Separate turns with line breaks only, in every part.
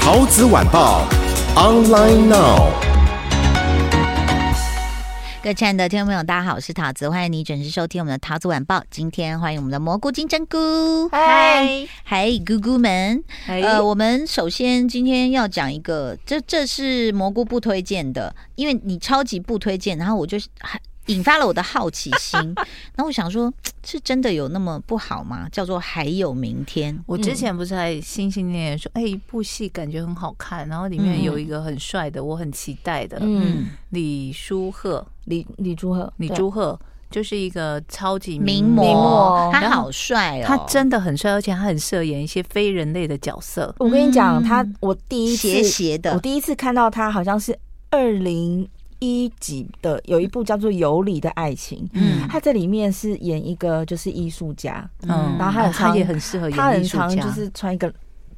桃子晚报，online now。
各位亲爱的听众朋友，大家好，我是桃子，欢迎你准时收听我们的桃子晚报。今天欢迎我们的蘑菇金针菇，
嗨，
嗨，姑姑们。呃，
呃，
我们首先今天要讲一个，这这是蘑菇不推荐的，因为你超级不推荐，然后我就还引发了我的好奇 心，然后我想说，是真的有那么不好吗？叫做还有明天，
我
嗯
之前不是还心心念念说，哎、一部戏感觉很好看，然后里
嗯
面有一个很帅的，我很期待的，
嗯，
李书赫，
李李朱赫，
李朱赫就是一个超级
名
模，
模，
模
他
然后
好帅哦，
他真的很帅，而且他很适合演一些非人类的角色。
对。我跟你讲，
嗯
他我第一次
斜斜
我
的，
第一次看到他好像是二零一几的，有一部叫做《有理的爱情》。
嗯
他在里面是演一个就是艺术家，
嗯
然后他很
他也
常
很适合
他
演
很
艺术
常
家，
就是穿一个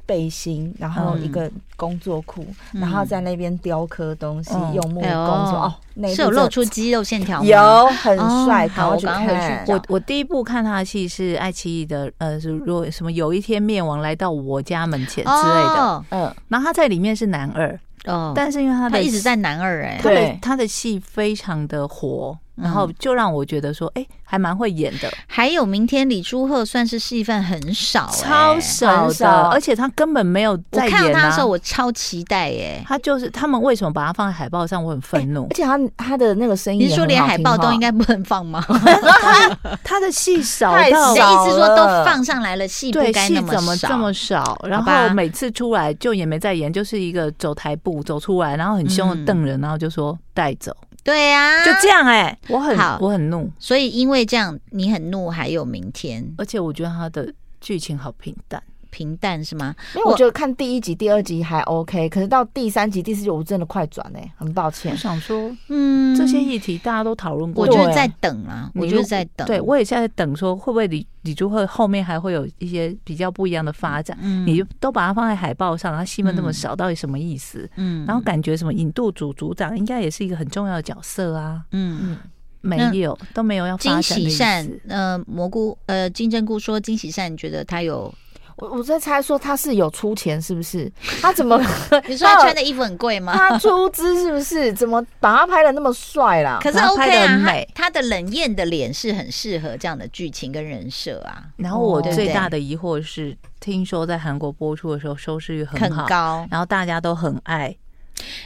背心，然后
嗯
一个工作裤，然后在那边雕刻东西，
嗯
用木工
哎呦
什么哦，那一
是有
部真的
露出肌肉线条吗？
有很帅，
哦
赶
好
快
我
去
赶快回去
看。
找
我
我我第一部看他的戏是爱奇艺的，呃，是如果什么有一天灭亡来到我家门前之类的，
哦
嗯，
然后他在里面是男二，
哦，
但是因为他
他
的
一直在男二哎、
他的
对
他的戏非常的活，
嗯
然后就让我觉得说，哎、还蛮会演的，
还有明天李朱赫算是戏份很少、哎
超少
很
的，
少
而且他根本没有
我
在演、啊、
看到他的时候，我超期待哎、
他就是他们为什么把他放在海报上，我很愤怒
而。且他他的那个声音也
你
很
是说
好听哈，
连海报都应该不能放 吗？哎
他的戏少
太
到
你
少
的
了
意思说都放上来了，戏不
对
该
戏
那么
怎么
少？
这么少？然
吧
后每次出来就也没在演，就是一个走台步走出来，然后很凶
嗯
的瞪人，然后就说带走，
对呀、啊，
就这。样哎、我很
好
我很怒，
所以因为这样，你很怒，还有明天
而且我觉得他的剧情好平淡。
平淡是吗？
因为我
我
觉得看第一集、第二集还 OK，可是到第三集、第四集我真的快转哎、很抱
我
歉。
想说
嗯，
这些议题大家都讨论过，
我就是
对
在等啊，我
你
就是
如
在等。
对我也现在等说会不会李李珠会后面还会有一些比较不一样的发展。
嗯
你就都把它放在海报上，它戏份那么
嗯
少，到底什么意思？
嗯
然后感觉什么引渡组组长应该也是一个很重要的角色啊，
嗯，
没
那
有都没有要发
金
展的
喜
意
善
思。
呃蘑菇呃金针菇说金喜善，你觉得他有？
我我在猜说他是有出钱是不是？他怎么
呃
你说他
哦
穿的衣服很贵 吗？
他出资是不是？怎么把他拍的那么帅啦？
可是
然后
OK
拍得
啊
很，
他
美
他的冷艳的脸是很适合这样的剧情跟人设啊，
然后我
哦
最
对
大的疑惑是，听说在韩国播出的时候收视率
很
很好，嗯
高。
然后大家都很爱，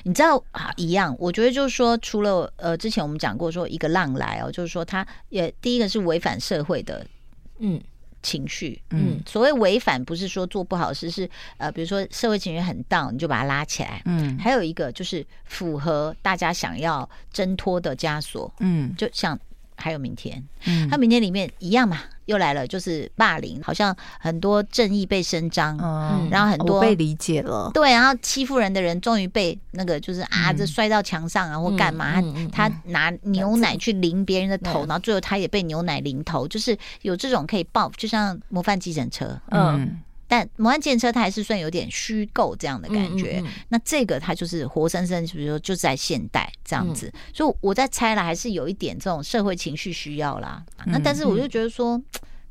你知道啊，一样，我觉得就是说，除了呃，之前我们讲过说一个浪来哦，就是说他也第一个是违反社会的
嗯
情绪。
嗯
嗯
所谓违反，不是说做不好事，是呃，比如说社会情绪很 down，你就把它拉起来。
嗯
还有一个就是符合大家想要挣脱的枷锁，
嗯
就像还有明天，
嗯
他明天里面一样嘛，又来了，就是霸凌，好像很多正义被伸张，
哦
嗯
然后很多
我被理解了，
对，然后欺负人的人终于被那个就是啊，
嗯
这摔到墙上啊，或干嘛，
嗯嗯嗯
他他拿牛奶去淋别人的头，然后最后他也被牛奶淋头，就是有这种可以报，就像模范计程车，
嗯
嗯
但模范计程车它还是算有点虚构这样的感觉。
嗯嗯
那这个它就是活生生，比如说就在现代这
嗯
样子，所以我在猜啦，还是有一点这种社会情绪需要啦。
嗯
那但是我就觉得说。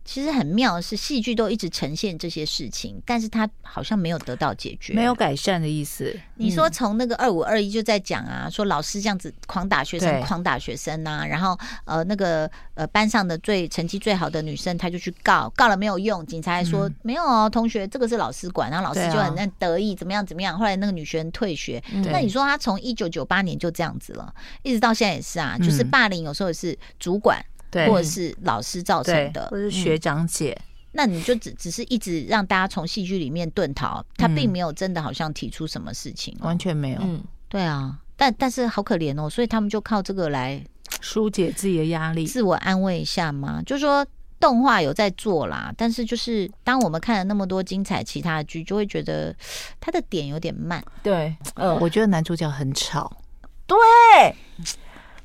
其实很妙的是，戏剧都一直呈现这些事情，但是它好像没有得到解决，
没有嗯改善的意思。
你说从那个二五二一就在讲啊，说老师这样子狂打学生，
对
狂打学生呐、然后呃那个呃班上的最成绩最好的女生，她就去告，告了没有用，警察还说、没有哦，同学这个是老师管，然后老师
嗯对啊
就很很得意，怎么样怎么样，后来那个女学生退学，
嗯
对
那你说她从一九九八年就这样子了，一直到现在也是啊，就是
嗯
霸凌有时候也是主管
对，
或者是老师造
对
成的，
或是学长姐，
那你就只只是一直让大家从戏剧里面遁逃，他
嗯
并没有真的好像提出什么事情、哦。
完全没有、
嗯嗯
对啊，但但是好可怜哦，所以他们就靠这个来
疏解自己的压力。
自我安慰一下嘛，就说。动画有在做啦，但是就是当我们看了那么多精彩其他的剧，就会觉得它的点有点慢。
对，嗯，
我觉得男主角很吵，
对，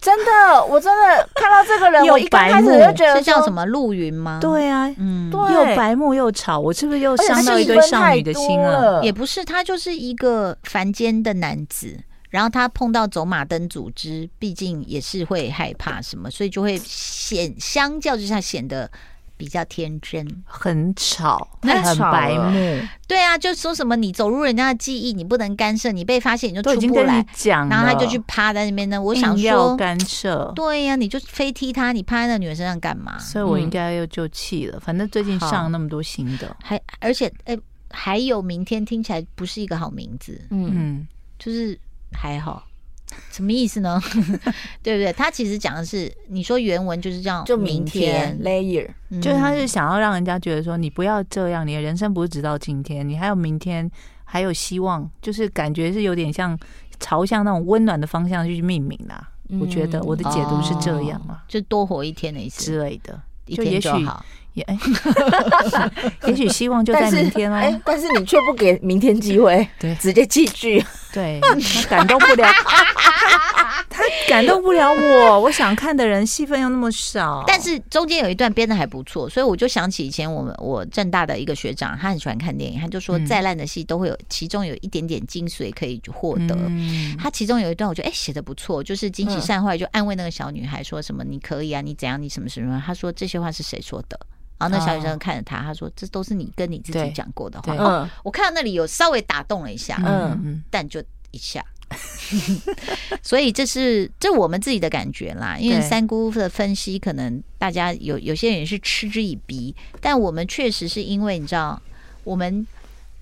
真的，我真的看到这个 人，
又
我一刚
白
开始
目
就觉得
是叫
说
什？么陆云吗？，
啊对啊，
嗯，
对
又白目又吵，我是不是又
而且
伤到一
戏
堆
份
少
太
女的心啊
多
了？
了，
也不是，他就是一个凡间的男子。然后他碰到走马灯组织，毕竟也是会害怕什么，所以就会显相较之下显得比较天真。
很吵，
太
很
吵
白
了
目，
对啊，就说什么你走入人家的记忆，你不能干涉，你被发现你就
都已
出
经
不
跟你
来，
讲了，
然后他就去趴在那边呢。我
我
想
要
说，
干涉，
对呀、你就非踢他，你趴在那女人身上干嘛？
所以我应该又就气了。反正最近
好
上那么多新的，
还而且哎、还有明天听起来不是一个好名字，
嗯，
嗯，
就是还好，什么意思呢？ 对不对？他其实讲的是，你说原文就是这样，
就
明
明天 layer，
嗯
就是他是想要让人家觉得说，你不要这样，你的人生不是直到今天，你还有明天，还有希望，就是感觉是有点像朝向那种温暖的方向去命名啦。我觉得
嗯
我的解读是这样啊
就多活一天的意思，
之类的，
哦一
啊就
天
也
就
许
好。
也 哎也许希望就
但
在
是
明天
哎
哦。，
但是你却不给明天机会，
对
直接弃 剧，
对，他感动 不了，他感动不了我。我想看的人戏份又那么少，
但是中间有一段编的还不错，所以我就想起以前我们我正大的一个学长，他很喜欢看电影，他就说
嗯
再烂的戏都会有其中有一点点精髓可以获得。
嗯
他其中有一段我觉得哎写的不错，就是金喜善后来就安慰那个小女孩说什么你可以啊，你怎样你什么什么，他说这些话是谁说的？然后那小女生看着他，他说这都是你跟你自己
哦对
讲过的话。
对
哦
嗯，
我看到那里有稍微打动了一下，
嗯嗯，
但就一下。 所以这是这我们自己的感觉啦，因为
对
三姑的分析可能大家有有些人是嗤之以鼻，但我们确实是因为你知道我们。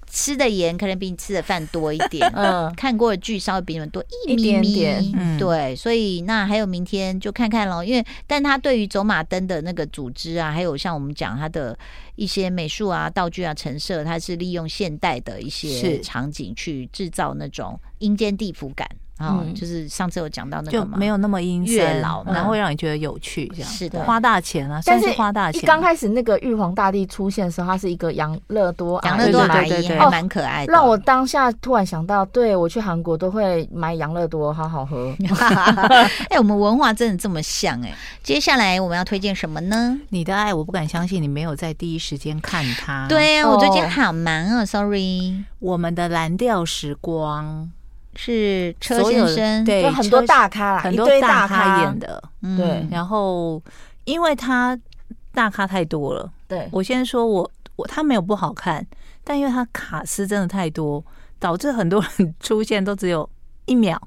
吃的盐可能比你吃的饭多一点，
嗯
看过的剧稍微比你们多一咪咪
一点点
嗯
对，所以那还有明天就看看咯，因为但他对于走马灯的那个组织啊，还有像我们讲他的一些美术啊、道具啊、陈设，它是利用现代的一些
是
场景去制造那种阴间地府感啊、
嗯
就是上次有讲到那个
就
嘛，
没有那么阴
月
森
老嘛嗯
然后会让你觉得有趣，这样
是的
花大钱啊，
但
算是花大
一
钱。
刚开始那个玉皇大帝出现的时候，他是一个养乐多啊
养
阿
乐
姨
多
嘛
阿
对
姨
对对哦
还蛮可爱的，
让我当下突然想到，对我去韩国都会买养乐多，好好喝。
哎、我们文化真的这么像哎、接下来我们要推荐什么呢？
你的爱，我不敢相信你没有在第一时间看它。，
对呀、
哦
我最近好忙
哦
啊、s o r r y
我们的蓝调时光，
是车
所有
先
的
生，
对
就很多大咖啦，
很
一
多
堆
大
咖
咖演，的，
嗯
对
然后因为他大咖太多了，
对，
我先说我我他没有不好看，但因为他卡司真的太多，导致很多人出现都只有一秒，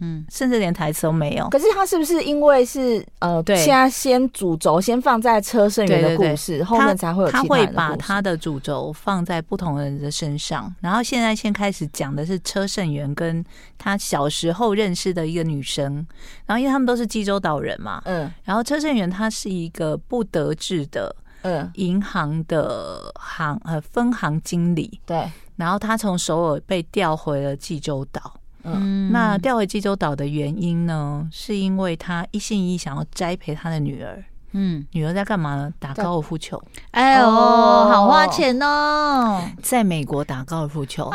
嗯，
甚至连台词都没有。
可是他是不是因为是呃，
对
现在先主轴先放在车胜元的
对对对
故事，后面才会有其
他
他
会
人的
把
故事。
他的主轴放在不同人的身上，然后现在先开始讲的是车胜元跟他小时候认识的一个女生，然后因为他们都是济州岛人嘛，
嗯
然后车胜元他是一个不得志的
嗯，
银行的行呃分行经理，
对，
然后他从首尔被调回了济州岛。
嗯
那调回济州岛的原因呢，是因为他一心一意想要栽培他的女儿，
嗯，
女儿在干嘛呢？打高尔夫球。
哎呦，
哦
好花钱哦，
在美国打高尔夫球，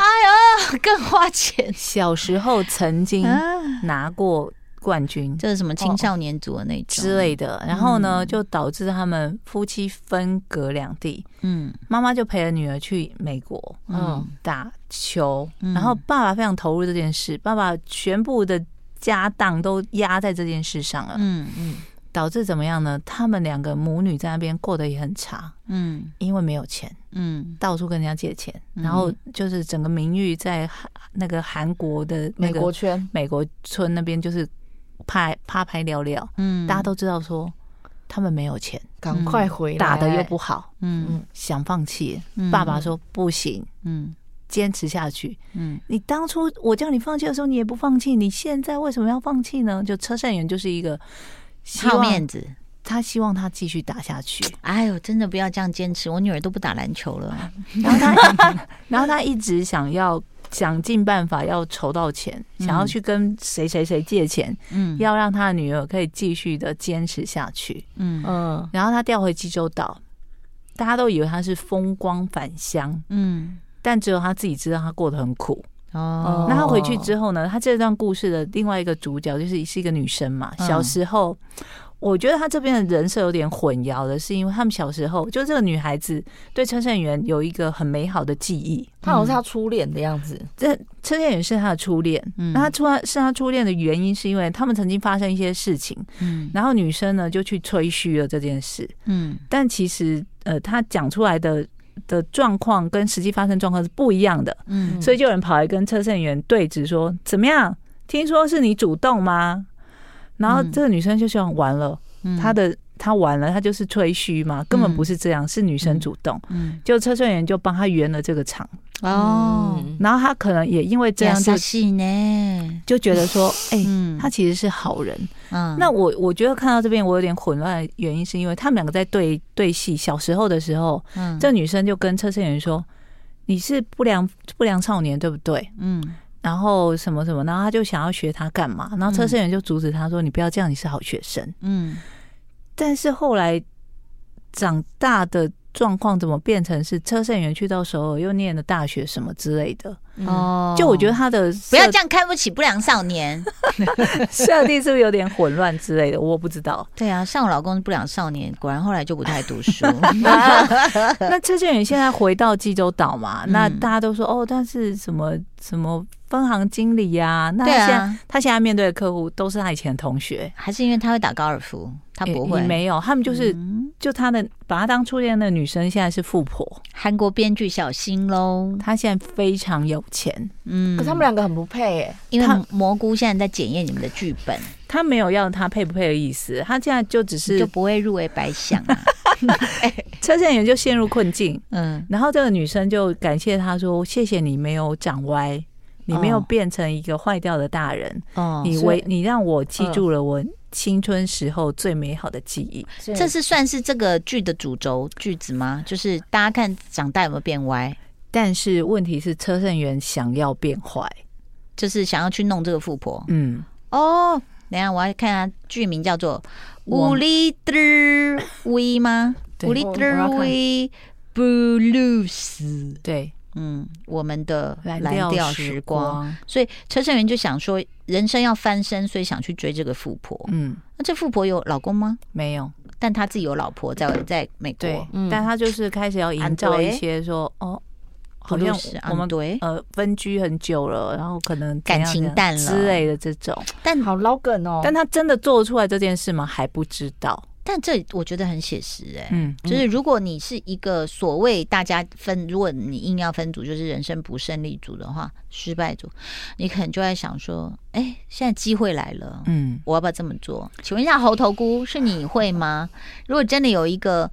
更花钱。
小时候曾经拿过冠军
啊这是嗯什么青少年组的那种
哦之，类的，然后呢，就导致他们夫妻分隔两地，
嗯
妈妈就陪了女儿去美国
嗯
打球，
嗯
然后爸爸非常投入这件事，爸爸全部的家当都压在这件事上了，
嗯嗯
导致怎么样呢？他们两个母女在那边过得也很差，
嗯
因为没有钱，
嗯，
到处跟人家借钱，
嗯
然后就是整个名誉在韩那个韩国的那
美
个嗯
国圈，
美国村那边就是拍啪拍聊聊，
嗯
大家都知道说他们没有钱，
赶快回来，
打的又不好，
嗯
想放弃。
嗯
爸爸说不行，
嗯
坚持下去。
嗯
你当初我叫你放弃的时候，你也不放弃，你现在为什么要放弃呢？就车胜元就是一个希
好面
望
子。
他希望他继续打下去，
哎呦，真的不要这样坚持，我女儿都不打篮球了。
然后他 然后他一直想要。想尽办法要筹到钱，
嗯
想要去跟谁谁谁借钱，
嗯
要让他的女儿可以继续的坚持下去。
嗯
嗯，
然后他调回济州岛，大家都以为他是风光返乡，
嗯，
但只有他自己知道他过得很苦。
哦，
那他回去之后呢？他这段故事的另外一个主角就是是一个女生嘛。
嗯
小时候，我觉得他这边的人设有点混淆的，是因为他们小时候就这个女孩子对车胜元有一个很美好的记忆。
他好像是他初恋的样子，
这车胜元是他的初恋，
嗯
那他初是他初恋的原因是因为他们曾经发生一些事情，
嗯
然后女生呢就去吹嘘了这件事，
嗯
但其实呃，他讲出来的的状况跟实际发生状况是不一样的。
嗯
所以就有人跑来跟车胜元对峙说：“怎么样？听说是你主动吗？”然后
嗯
这个女生就想完了，
嗯
她的她完了，她就是吹嘘嘛，根本
嗯
不是这样，是女生主动。
嗯
就车胜元就帮她圆了这个场，
哦，
嗯
然后她可能也因为这
这样
样就
戏呢，
就觉得说，哎、
嗯
她其实是好人。
嗯
那我我觉得看到这边我有点混乱，的原因是因为他们两个在对对戏，小时候的时候，
嗯
这女生就跟车胜元说：“你是不良不良少年，对不对？”
嗯
然后什么什么，然后他就想要学他干嘛？然后车胜元就阻止他说：“你不要这样，你是好学生。
嗯”
但是后来长大的状况怎么变成是车胜元去到首尔又念了大学什么之类的？
哦，
哦，
就我觉得他的
不要
设
这样看不起不良少年。
设定是不是有点混乱之类的？我不知道。
对啊，像我老公是不良少年，果然后来就不太读书。
那车胜元现在回到济州岛嘛？
嗯
那大家都说哦，但是什么什么分行经理呀、那
对
他现在、
啊，
他现在面对的客户都是他以前的同学，
还是因为他会打高尔夫，他不
也
会
也。没有，他们就是
嗯
就他的把他当初恋的女生现在是富婆，
韩国编剧小新喽，
她现在非常有钱，
嗯，
可是他们两个很不配哎，
因
他
为蘑菇现在在检验你们的剧本，
她没有要她配不配的意思，她现在就只
你就是不会入围白想啊。
车胜元就陷入困境，
嗯
然后这个女生就感谢他说：“谢谢你没有长歪，你没有
哦
变成一个坏掉的大人，
哦，嗯
你
所以
为你让我记住了我青春时候最美好的记忆。
这是算是这个剧的主轴句子吗？就是大家看长大有没有变歪，
但是问题是，车胜元想要变坏，
就是想要去弄这个富婆
嗯，
哦。等一下我要看他剧名叫做《
我
五里德威》吗？
对
五里
我我
德
要看
威 blues，
对，
嗯，我们的
蓝
蓝调时光。，所以车胜元就想说，人生要翻身，所以想去追这个富婆。
嗯，
那这富婆有老公吗？
没有。”
但他自己有老婆在在美国。
对，
嗯
但他就是开始要营造一些说，哦，好像我
嗯
们
对，
呃分居很久了，然后可能怎样
感情淡了
怎样之类的这种，
但
好老梗哦，
但他真的做出来这件事吗？还不知道。
但这我觉得很写实哎、
嗯，
就是如果你是一个所谓大家分，如果你硬要分组，就是人生不胜利组的话，失败组，你可能就在想说，哎、现在机会来了，
嗯，
我要不要这么做？请问一下猴头菇，是你会吗？如果真的有一个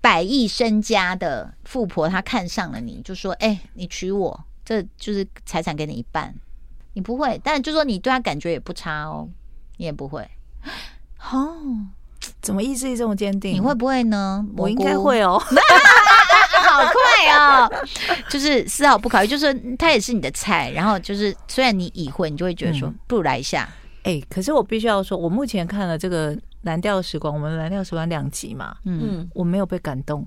百亿身家的富婆，她看上了你，就说：“哎、你娶我，这就是财产给你一半。”你不会，但就说你对她感觉也不差哦，你也不会。哦，
怎么意志力这么坚定？
你会不会呢？
我应该
蘑菇
会哦。
啊好快哦！就是丝毫不考虑，就是他也是你的菜。然后就是，虽然你已婚，你就会觉得说，
嗯
不如来一下。
哎、可是我必须要说，我目前看了这个《蓝调时光》，我们《蓝调时光》两集嘛，
嗯，
嗯，
我没有被感动。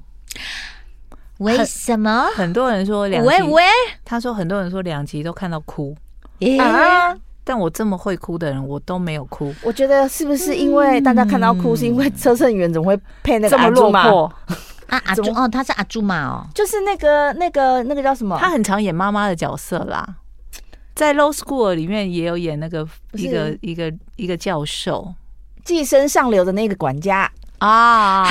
为什么？
很多人说两集
喂，喂，
他说很多人说两集都看到哭，
耶
啊，
但我这么会哭的人，我都没有哭。
我觉得是不是因为大家看到哭，是因为车胜元怎么会配那个
这么
阿
落
朱嘛？
魄，
啊，阿
怎
朱
么
哦，他是阿朱玛哦，
就是那个那个那个叫什么？
她很常演妈妈的角色啦，在《Low School》里面也有演那个
不是
一个一个一个教授
寄生上流的那个管家，
啊，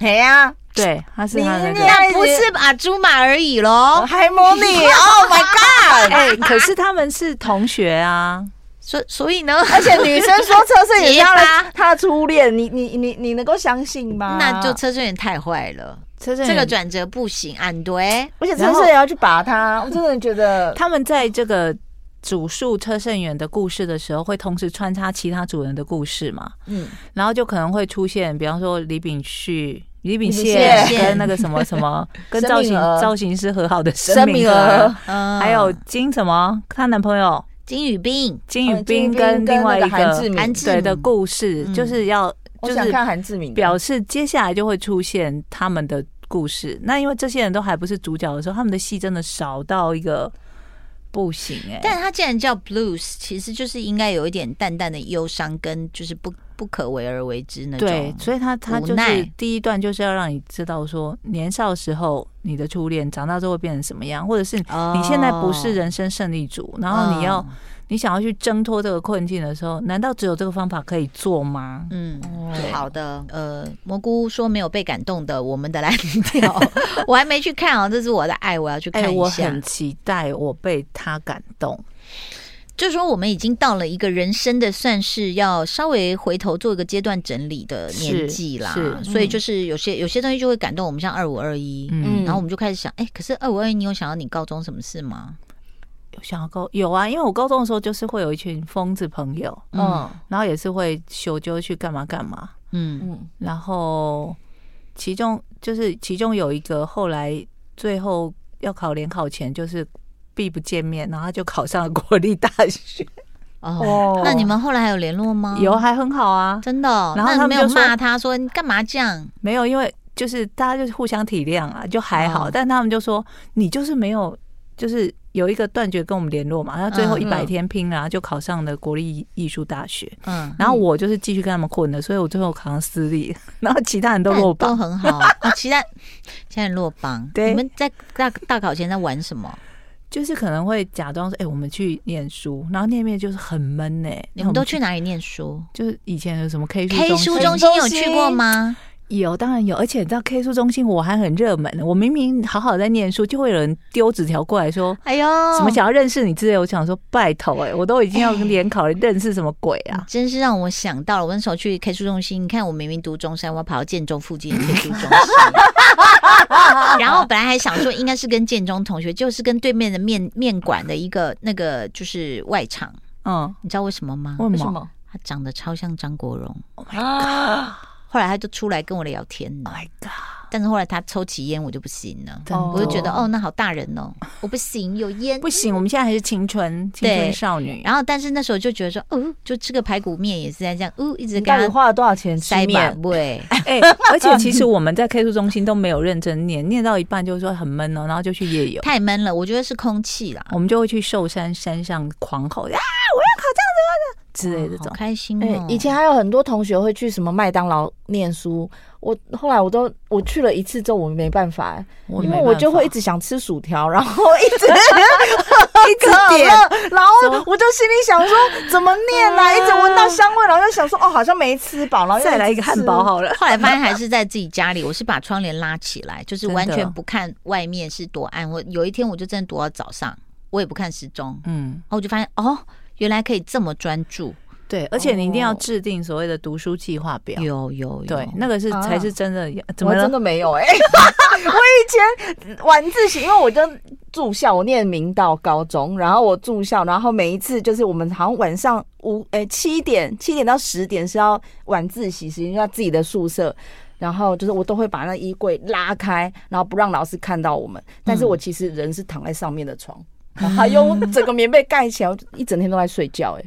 嘿呀、
对，他是他那
你
个
你。
那不是阿朱玛而已喽。
还蒙你 ，Oh my god！
哎、可是他们是同学啊，
所所以呢，
而且女生说车胜元是 她
结巴
的她的初恋，你你你你能够相信
啊
吗？
那就车胜元太坏了，
车胜
这个
元
转折不行，俺对。
而且车胜元要去拔他，我真的觉得
他们在这个主述车胜元的故事的时候，会同时穿插其他主人的故事嘛，
嗯，
然后就可能会出现，比方说李炳旭。李炳
李
宪
炳
宪
跟那个什么什 么，跟
申
造
敏
型
儿
造型师和好的
申敏儿
儿，
嗯
还有金什么她男朋友
金宇彬、
金宇
呃金宇
彬
彬
跟另外一
跟那个韩志
个
敏
韩
对
志
的
明，
故事
嗯，
就是要
我
就
想
是
看韩志明的
表示接下来就会出现他们的故事。那因为这些人都还不是主角的时候，他们的戏真的少到一个不行哎、
但它既然叫 blues，其实就是应该有一点淡淡的忧伤，跟就是不不可为而为之那种。
对，所以他他
无
就是
奈
第一段就是要让你知道说，年少时候你的初恋，长大之后会变成什么样，或者是
哦
你现在不是人生胜利组，然后你要、
哦
你想要去挣脱这个困境的时候，难道只有这个方法可以做吗？
嗯，
对
好的，呃，蘑菇说没有被感动的，我们的蓝调， 我还没去看哦，这是我的爱，我要去
哎、
看
我
一下。
很期待我被他感动。
就说我们已经到了一个人生的算是要稍微回头做一个阶段整理的年纪啦
是，嗯是
所以就是有些有些东西就会感动我们，像二五二一，
嗯
然后我们就开始想，哎，可是二五二一，你有想到你高中什么事吗？
有想要高有啊，因为我高中的时候就是会有一群疯子朋友，
嗯
嗯
然后也是会修就去干嘛干嘛，
嗯
嗯，
然后其中就是其中有一个后来最后要考联考前就是必不见面，然后他就考上了国立大学，
哦，那你们后来还有联络吗？
有还很好啊，
真的哦，
然后
那
他
你
们
没有
就说
骂他说你干嘛这样？
没有因为就是大家就是互相体谅啊，就还好，
哦
但他们就说你就是没有就是。有一个断绝跟我们联络嘛，然后最后
嗯
一百天拼了、然后就考上了国立艺术大学。
嗯，
然后我就是继续跟他们混的，所以我最后考上私立，然后其他人都
但都
落榜。
很 好啊。其他现在落榜，
对
你们在大大考前在玩什么？
就是可能会假装说，哎、我们去念书，然后念面就是很闷呢、
你们都去
然后
哪里念书
我们就是以前有什么 K 书
？K 书中心
中
有去过吗？
有，当然有，而且你知道 K 书中心我还很热门，我明明好好在念书，就会有人丢纸条过来说。
哎呦，
什么想要认识你之类，我想说拜托哎、我都已经要联考了，认识什么鬼啊？
真是让我想到了，我那时候去 K 书中心，你看我明明读中山，我跑到建中附近的 K 书中 心，然后本来还想说应该是跟建中同学，就是跟对面的面面馆的一个那个就是外场，
嗯，
你知道哎为什么吗？
为
为
什
什
么？
么？
他长得超像张国荣，
啊，
后来他就出来跟我聊天了
Oh，my Oh god！
但是后来他抽起烟我就不行了，
真的
我就觉得哦那好大人哦，我不行有烟
不。行，我们现在还是青春青
对
春少女。啊
然后但是那时候就觉得说哦，就吃个排骨面也是在这样哦，一直
你
给
到底
他
花了多少钱吃
塞满
面？
味。
哎、而且其实我们在 K 书中心都没有认真念，念到一半就说很闷哦，然后就去夜游，
太闷了，我觉得是空气啦。
我们就会去寿山山上狂吼啊，我要考这样子之类的这
好
种。
开心
哎、
嗯
哦！
以前还有很多同学会去什么麦当劳念书，我后来我都我去了一次之后，我没办法、
我
因
没
为
办
我就
法
会一直想吃薯条，然后一直
嗯
一直 点，
哎
然后我就心里想说怎么念啊，一直闻到香味，然后就想说哦，好像没吃饱，然后又
再来一个汉堡好了。
后来发现还是在自己家里，我是把窗帘拉起来，就是完
真
全
的
不看外面是多暗。我有一天我就真的躲到早上，我也不看时钟，然
嗯，
后我就发现哦，原来可以这么专注。
对，而且你一定要制定所谓的读书计划表。
有有有，
对，那个是
啊
才是哦真的，怎么
我真
了？
的没有哎、 我以前晚自习，因为我就住校，我念明道高中，然后我住校，然后每一次就是我们好像晚上五哎七点七点到十点是要晚自习时间，就要自己的宿舍。然后就是我都会把那衣柜拉开，然后不让老师看到我们。但
嗯
是我其实人是躺在上面的床，然后还用整个棉被盖起来，我就一整天都在睡觉、哎，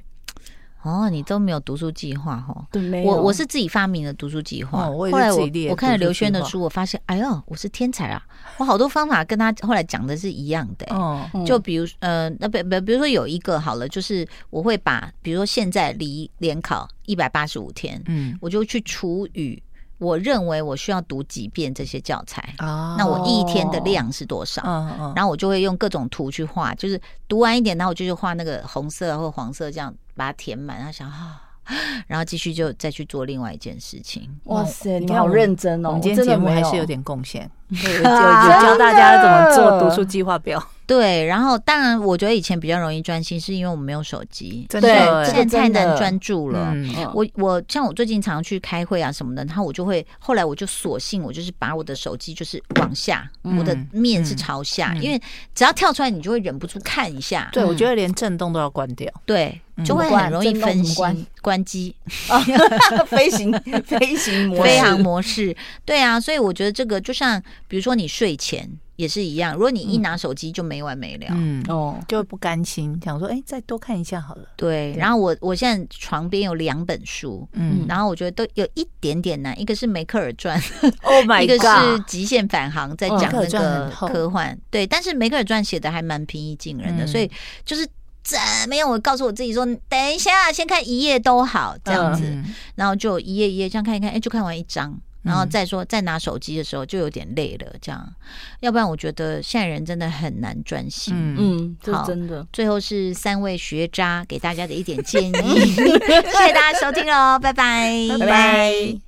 哦，你都没有读书计划哦。
对，没
我我是自己发明的读书计划，
哦我也是
后来
自己
我
列的
我看了
读书
刘轩的
计划
书，我发现，哎呦，我是天才啊！我好多方法跟他后来讲的是一样的、哎
哦，
就比如呃，那不不，比如说有一个好了，就是我会把，比如说现在离联考一百八十五天，
嗯
我就去除以我认为我需要读几遍这些教材，
啊
那我一天的量是多少？
嗯嗯，
然后我就会用各种图去画，就是读完一点，然后我就去画那个红色或黄色，这样把它填满，然后想啊。然后继续就再去做另外一件事情，
哇塞，
你
你
看
们好
我们
认真哦！
我们今
真
天节
的
目
没
还
有
是有点 贡献，
有
有 有教大家怎么做读书计划 表，
对。然后当然，我觉得以前比较容易专心，是因为我们没有手机，
真的
对
哎
这个
现在太
真的
难专注了。
嗯
我我像我最近常去开会啊什么的，然后我就会后来我就索性我就是把我的手机就是往下，我的
嗯
面是朝下，因为只要跳出来你就会忍不住看一下，
对，我觉得连震动都要关掉。
对，
嗯
就会很容易分心
怎么关
关机
飞行飞行模式，
飞行模式，对啊，所以我觉得这个就像比如说你睡前。也是一样，如果你一拿手机就没完没了。
嗯，
哦，
就不甘心，想说，哎、再多看一下好了。
对，然后我我现在床边有两本书，
嗯
然后我觉得都有一点点难，一个是《梅克尔 传》
，Oh
一个是《极限返航》，在
嗯
讲
梅克尔
那
传
个
很厚
科幻。对，但是《梅克尔传》写的还蛮平易近人的，
嗯
所以就是怎么样，我告诉我自己说，等一下先看一页都好这样子，
嗯
然后就一页一页这样看一看，哎，就看完一章。然后再说，再拿手机的时候就有点累了，这样，要不然我觉得现在人真的很难专心。
嗯
嗯，这
好
真的。
最后是三位学 渣给大家的一点建议，谢谢大家收听喽，拜拜，
拜拜。